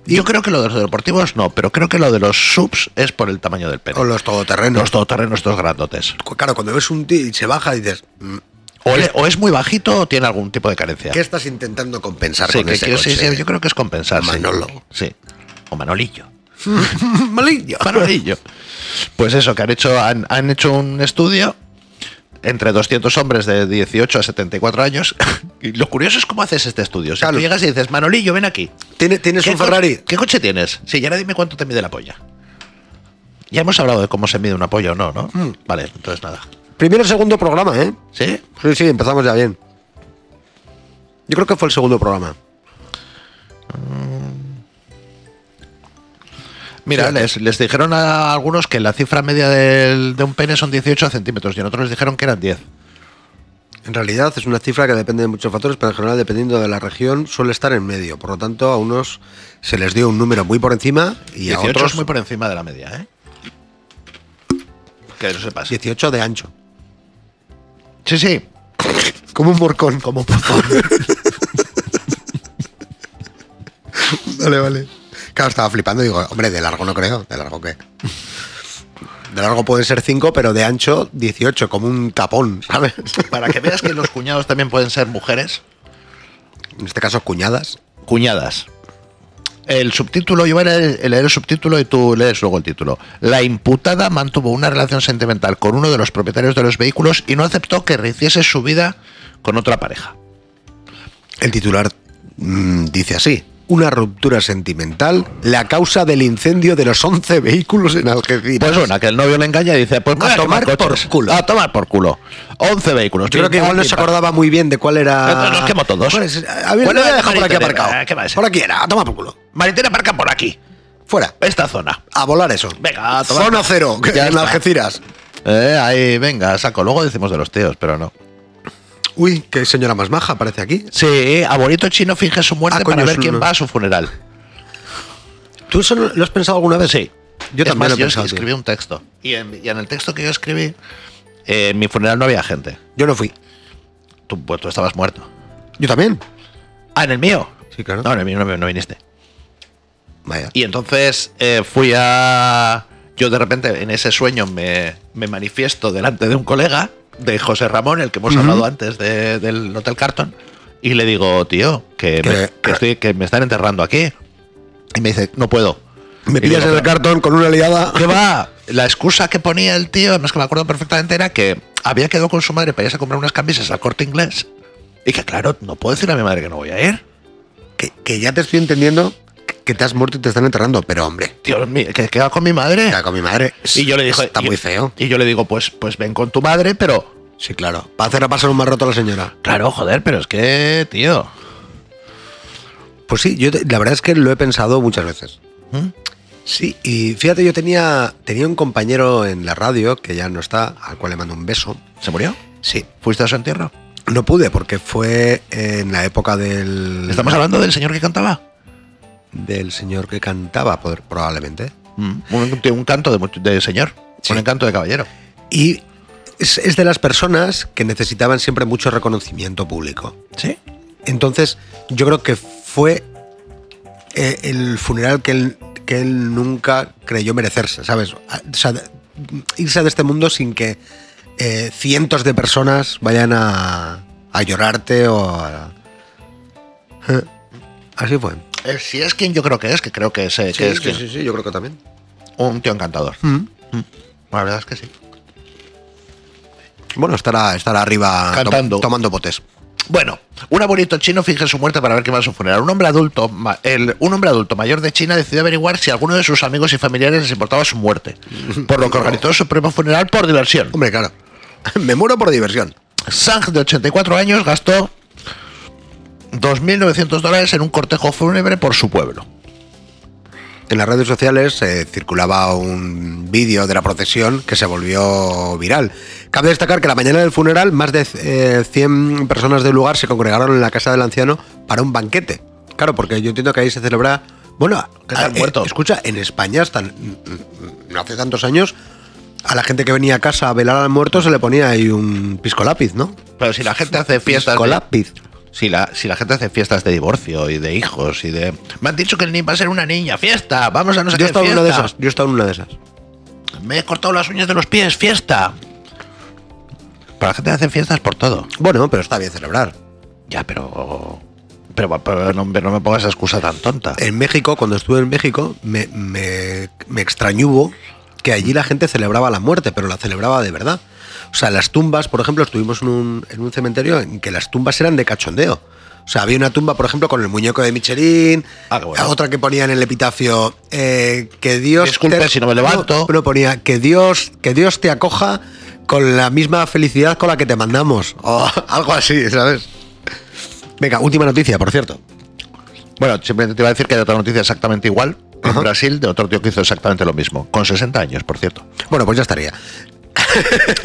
Speaker 5: Yo creo que lo de los deportivos no, pero creo que lo de los subs es por el tamaño del pene.
Speaker 4: O los todoterrenos.
Speaker 5: Los todoterrenos, estos grandotes.
Speaker 4: Claro, cuando ves un tío y se baja, dices, "Mm,
Speaker 5: O, le- o es muy bajito o tiene algún tipo de carencia.
Speaker 4: ¿qué estás intentando compensar
Speaker 5: Sí,
Speaker 4: con
Speaker 5: que-
Speaker 4: ese
Speaker 5: que- sí,
Speaker 4: coche?
Speaker 5: sí, yo creo que es compensar. sí.
Speaker 4: Manolo.
Speaker 5: Sí. O Manolillo.
Speaker 4: Malillo.
Speaker 5: Manolillo. Pues eso, que han hecho, han, han hecho un estudio entre 200 hombres de 18 a 74 años. Y lo curioso es cómo haces este estudio. O sea,
Speaker 4: Claro.
Speaker 5: tú llegas y dices, Manolillo, ven aquí.
Speaker 4: ¿Tiene- ¿Tienes
Speaker 5: ¿Qué
Speaker 4: un Ferrari?
Speaker 5: coche- ¿Qué coche tienes? Sí, y ahora dime cuánto te mide la polla. Ya hemos hablado de cómo se mide una polla o no, ¿no?
Speaker 4: Mm.
Speaker 5: Vale, entonces nada.
Speaker 4: Primero segundo programa, ¿eh?
Speaker 5: ¿Sí?
Speaker 4: Sí, sí, empezamos ya bien. Yo creo que fue el segundo programa.
Speaker 5: Mira,
Speaker 4: Fíjate.
Speaker 5: les, les dijeron a algunos que la cifra media del- de un pene son 18 centímetros y en otros les dijeron que eran 10.
Speaker 4: En realidad es una cifra que depende de muchos factores, pero en general, dependiendo de la región, suele estar en medio. Por lo tanto, a unos se les dio un número muy por encima y a
Speaker 5: 18
Speaker 4: otros
Speaker 5: es muy por encima de la media, ¿eh? Que no sepas.
Speaker 4: 18 de ancho.
Speaker 5: Sí, sí.
Speaker 4: Como un morcón. Como un morcón. vale, vale. Claro, estaba flipando y digo, hombre, de largo no creo. ¿De largo qué? De largo pueden ser 5, pero de ancho 18, como un tapón, ¿sabes?
Speaker 5: Para que veas que los cuñados también pueden ser mujeres.
Speaker 4: En este caso, cuñadas.
Speaker 5: Cuñadas. El subtítulo, yo voy a leer, leer el subtítulo y tú lees luego el título. La imputada mantuvo una relación sentimental con uno de los propietarios de los vehículos y no aceptó que rehiciese su vida con otra pareja.
Speaker 4: El titular mm, dice así. Una ruptura sentimental, la causa del incendio de los 11 vehículos en Algeciras.
Speaker 5: Pues una, que el novio le engaña y dice, pues me
Speaker 4: A
Speaker 5: voy quemar
Speaker 4: tomar por
Speaker 5: coches.
Speaker 4: culo.
Speaker 5: A tomar por culo. 11 vehículos.
Speaker 4: Yo creo que
Speaker 5: Pim,
Speaker 4: igual no
Speaker 5: pam,
Speaker 4: se
Speaker 5: pim, pam.
Speaker 4: acordaba muy bien de cuál era.
Speaker 5: Entonces los quemo todos.
Speaker 4: ¿Cuál es? A ver,
Speaker 5: ¿Cuál
Speaker 4: lo voy
Speaker 5: era
Speaker 4: a
Speaker 5: la
Speaker 4: dejar por aquí
Speaker 5: maritere?
Speaker 4: aparcado.
Speaker 5: Ah, ¿qué va a ser?
Speaker 4: Por aquí era, a tomar por culo.
Speaker 5: Maritera parca por aquí.
Speaker 4: Fuera.
Speaker 5: Esta zona.
Speaker 4: A volar eso.
Speaker 5: Venga, a tomar.
Speaker 4: Zona cero, que en
Speaker 5: Ya está.
Speaker 4: Algeciras.
Speaker 5: Eh, ahí, venga, saco. Luego decimos de los tíos, pero no.
Speaker 4: Uy, qué señora más maja aparece aquí.
Speaker 5: Sí, abuelito chino finge su muerte
Speaker 4: Ah, coño,
Speaker 5: para ver
Speaker 4: es un-
Speaker 5: quién va a su funeral.
Speaker 4: ¿Tú eso lo has pensado alguna vez?
Speaker 5: Sí.
Speaker 4: Yo
Speaker 5: Es
Speaker 4: también
Speaker 5: más,
Speaker 4: lo he
Speaker 5: yo
Speaker 4: pensado, tío.
Speaker 5: escribí un texto. Y en, y en el texto que yo escribí, eh, en mi funeral no había gente.
Speaker 4: Yo no fui.
Speaker 5: Tú, pues, tú estabas muerto.
Speaker 4: Yo también.
Speaker 5: Ah, en el mío.
Speaker 4: Sí, claro.
Speaker 5: No, en el mío no, no viniste.
Speaker 4: Vaya.
Speaker 5: Y entonces eh, fui a. Yo de repente en ese sueño me, me manifiesto delante de un colega, de José Ramón, el que hemos hablado antes de- del Hotel Carton, y le digo, tío, que,
Speaker 4: Que-
Speaker 5: me, que estoy- que me están enterrando aquí. Y me dice, no puedo.
Speaker 4: Me
Speaker 5: Y
Speaker 4: pillas
Speaker 5: digo,
Speaker 4: en el
Speaker 5: "Pero,
Speaker 4: cartón con una liada.
Speaker 5: ¿Qué va? La excusa que ponía el tío, además que me acuerdo perfectamente, era que había quedado con su madre para irse a comprar unas camisas al corte inglés. Y que, claro, no puedo decirle a mi madre que no voy a ir.
Speaker 4: Que, que ya te estoy entendiendo que te has muerto y te están enterrando, pero hombre,
Speaker 5: Tío, mi- que he quedado con mi madre.
Speaker 4: ya con mi madre.
Speaker 5: Y yo le dije,
Speaker 4: Está
Speaker 5: y-
Speaker 4: muy feo.
Speaker 5: Y yo le digo, pues, pues ven con tu madre, pero
Speaker 4: Sí, claro. Para hacer a pasar un mal rato a la señora.
Speaker 5: claro, joder, pero es que, tío.
Speaker 4: Pues sí, yo te- la verdad es que lo he pensado muchas veces.
Speaker 5: ¿Mm?
Speaker 4: Sí, y fíjate, yo tenía, tenía un compañero en la radio que ya no está, al cual le mando un beso.
Speaker 5: ¿Se murió?
Speaker 4: Sí,
Speaker 5: ¿Fuiste a su entierro?
Speaker 4: no pude porque fue en la época del,
Speaker 5: Estamos hablando del señor que cantaba.
Speaker 4: del señor que cantaba, poder- probablemente.
Speaker 5: Mm, Un, de un canto de, much- de señor.
Speaker 4: Sí.
Speaker 5: Un encanto de caballero.
Speaker 4: Y es, es de las personas que necesitaban siempre mucho reconocimiento público.
Speaker 5: ¿Sí?
Speaker 4: Entonces, yo creo que fue eh, el funeral que él, que él nunca creyó merecerse, ¿sabes? A- O sea, de- irse de este mundo sin que eh, cientos de personas vayan a, a llorarte o a... Eh, Así fue.
Speaker 5: Eh, Si es quien yo creo que es, que creo que es, eh, que es quien-
Speaker 4: yo creo que también.
Speaker 5: un tío encantador. Mm. La verdad es que sí.
Speaker 4: Bueno, estará, estará arriba to-
Speaker 5: Cantando.
Speaker 4: tomando potes.
Speaker 5: Bueno, un abuelito chino finge su muerte para ver qué va a su funeral. Un hombre adulto, ma- el- un hombre adulto mayor de China decidió averiguar si alguno de sus amigos y familiares les importaba su muerte, por lo que organizó su propio funeral por diversión.
Speaker 4: Hombre, claro. Me muero por diversión.
Speaker 5: Sang de 84 años gastó 2.900 dólares en un cortejo fúnebre por su pueblo.
Speaker 4: En las redes sociales eh, circulaba un vídeo de la procesión que se volvió viral. Cabe destacar que la mañana del funeral más de eh, 100 personas del lugar se congregaron en la casa del anciano para un banquete. Claro, porque yo entiendo que ahí se celebra... Bueno,
Speaker 5: Que están
Speaker 4: eh,
Speaker 5: muertos.
Speaker 4: escucha, en España hasta n- n- no hace tantos años a la gente que venía a casa a velar al muerto se le ponía ahí un pisco lápiz, ¿no?
Speaker 5: Pero si la gente hace fiestas...
Speaker 4: Pisco
Speaker 5: de-
Speaker 4: lápiz.
Speaker 5: si, la, si la gente hace fiestas de divorcio y de hijos y de... Me han dicho que el niño va a ser una niña, fiesta, vamos a no sé
Speaker 4: Yo he
Speaker 5: qué
Speaker 4: estado en una de
Speaker 5: fiesta.
Speaker 4: esas. Yo he estado en una de esas.
Speaker 5: Me he cortado las uñas de los pies, fiesta. Para la gente hace fiestas por todo.
Speaker 4: Bueno, pero está bien celebrar.
Speaker 5: Ya, pero. Pero, pero no, pero no me pongas esa excusa tan tonta.
Speaker 4: En México, cuando estuve en México, me, me, me extrañubo que allí la gente celebraba la muerte, pero la celebraba de verdad. O sea, las tumbas, por ejemplo, estuvimos en un, en un cementerio en que las tumbas eran de cachondeo. O sea, había una tumba, por ejemplo, con el muñeco de Michelin,
Speaker 5: Ah, qué bueno.
Speaker 4: otra que ponía en el epitafio eh, que Dios
Speaker 5: Disculpe si no me levanto.
Speaker 4: No, no, ponía que Dios que Dios te acoja con la misma felicidad con la que te mandamos o algo así, ¿sabes? Venga, última noticia, por cierto.
Speaker 5: Bueno, simplemente te iba a decir que hay otra noticia exactamente igual. en Brasil de otro tío que hizo exactamente lo mismo, con 60 años, por cierto.
Speaker 4: Bueno, pues ya estaría.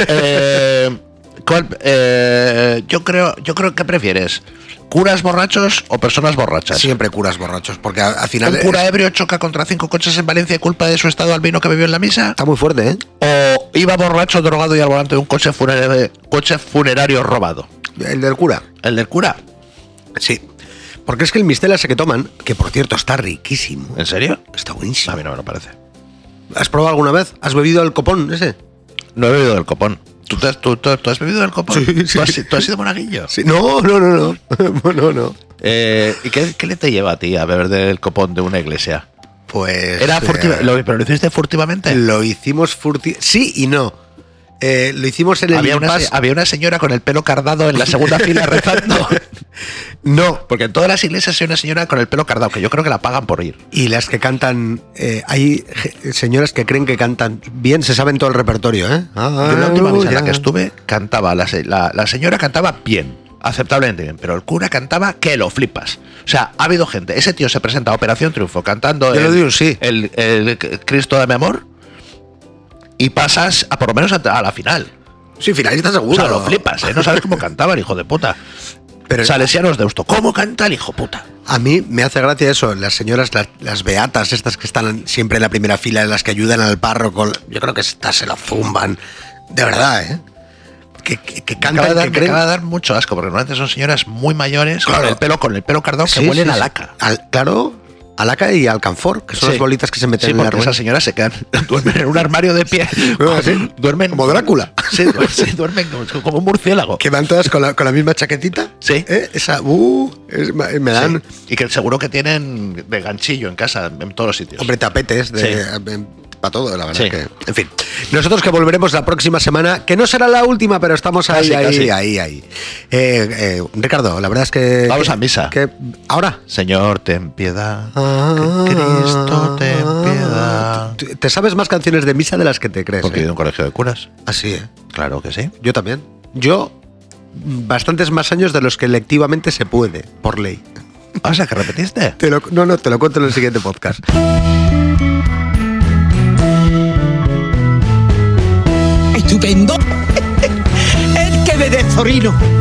Speaker 5: Eh, ¿cuál- eh, yo creo, yo creo que prefieres curas borrachos o personas borrachas.
Speaker 4: Siempre curas borrachos, porque al al final.
Speaker 5: ¿Un cura ebrio choca contra cinco coches en Valencia y culpa de su estado al vino que bebió en la misa?
Speaker 4: Está muy fuerte, ¿eh?
Speaker 5: ¿O iba borracho, drogado y al volante de un coche, funera- coche funerario robado?
Speaker 4: El del cura.
Speaker 5: ¿El del cura?
Speaker 4: Sí. Porque es que el mistela ese que toman, que por cierto está riquísimo.
Speaker 5: ¿En serio?
Speaker 4: Está
Speaker 5: A
Speaker 4: buenísimo.
Speaker 5: mí no me lo parece.
Speaker 4: Ah, ¿Has probado alguna vez? ¿Has bebido el copón ese?
Speaker 5: No he bebido del copón. ¿Tú, te has, tú- tú- tú has bebido del copón?
Speaker 4: Sí, sí.
Speaker 5: ¿Tú, has, tú has sido monaguillo?
Speaker 4: Sí. No, no, no, no. no, no.
Speaker 5: Eh, ¿Y qué, qué le te lleva a ti a beber del copón de una iglesia?
Speaker 4: Pues.
Speaker 5: Era
Speaker 4: eh,
Speaker 5: furtiva, lo- ¿Pero lo hiciste furtivamente?
Speaker 4: Lo hicimos furti... Sí y no. Eh, lo hicimos en el
Speaker 5: había, una,
Speaker 4: impasse-
Speaker 5: se- había una señora con el pelo cardado en la segunda fila rezando.
Speaker 4: No,
Speaker 5: Porque en todas las iglesias hay una señora con el pelo cardado, que yo creo que la pagan por ir.
Speaker 4: y las que cantan... eh, hay je- señoras que creen que cantan bien, se saben todo el repertorio, ¿eh?
Speaker 5: Yo la última vez en la
Speaker 4: ya.
Speaker 5: que estuve cantaba, la, se- la- la señora cantaba bien, aceptablemente bien, pero el cura cantaba que lo flipas. O sea, ha habido gente, ese tío se presenta a Operación Triunfo cantando
Speaker 4: Yo le
Speaker 5: el,
Speaker 4: doy un sí.
Speaker 5: el- el Cristo de mi amor y pasas a por lo menos a, a la final.
Speaker 4: Sí, finalista
Speaker 5: O
Speaker 4: seguro.
Speaker 5: sea, lo flipas, ¿eh? no sabes cómo cantaba el hijo de puta.
Speaker 4: Pero
Speaker 5: Salesianos de Deusto, ¿cómo canta el hijo puta?
Speaker 4: a mí me hace gracia eso, las señoras, las, las beatas, estas que están siempre en la primera fila, las que ayudan al párroco. Yo creo que estas se lo zumban. De verdad, ¿eh? Que, que, que
Speaker 5: Me acaba, de
Speaker 4: cantan,
Speaker 5: dar,
Speaker 4: que
Speaker 5: me
Speaker 4: creen...
Speaker 5: acaba de dar mucho asco, porque normalmente son señoras muy mayores
Speaker 4: Claro.
Speaker 5: con, el pelo, con el pelo cardado que
Speaker 4: Sí,
Speaker 5: huelen
Speaker 4: sí,
Speaker 5: a
Speaker 4: sí.
Speaker 5: laca.
Speaker 4: Al- claro, a laca y alcanfor, que son
Speaker 5: Sí.
Speaker 4: las bolitas que se meten
Speaker 5: Sí,
Speaker 4: en la
Speaker 5: porque
Speaker 4: rueda.
Speaker 5: esas señoras se quedan, duermen en un armario de pie.
Speaker 4: No, así,
Speaker 5: duermen
Speaker 4: Ah, como Drácula.
Speaker 5: Sí, du- sí, duermen como, como un murciélago.
Speaker 4: Que van todas con la, con la misma chaquetita.
Speaker 5: Sí.
Speaker 4: ¿Eh? Esa, uh, es- me me
Speaker 5: Sí,
Speaker 4: dan,
Speaker 5: Y que seguro que tienen de ganchillo en casa, en todos los sitios.
Speaker 4: hombre, tapetes de,
Speaker 5: Sí.
Speaker 4: para todo, la verdad.
Speaker 5: Sí.
Speaker 4: que- en fin, nosotros que volveremos la próxima semana, que no será la última, pero estamos ahí,
Speaker 5: Casi,
Speaker 4: ahí,
Speaker 5: casi.
Speaker 4: ahí, ahí. Eh, eh, Ricardo, la verdad es que...
Speaker 5: Vamos
Speaker 4: que-
Speaker 5: a misa.
Speaker 4: que- ¿Ahora?
Speaker 5: Señor, ten piedad.
Speaker 4: Ah,
Speaker 5: que Cristo, ten piedad.
Speaker 4: Tú- Te sabes más canciones de misa de las que te crees.
Speaker 5: Porque he
Speaker 4: ¿eh?
Speaker 5: ido a un colegio de curas.
Speaker 4: Así, ¿eh?
Speaker 5: Claro que sí.
Speaker 4: Yo también. Yo bastantes más años de los que electivamente se puede, por ley.
Speaker 5: O sea, que repetiste.
Speaker 4: Te lo- no, no, te lo cuento en el siguiente podcast.
Speaker 1: Estupendo. El que me dé zorino.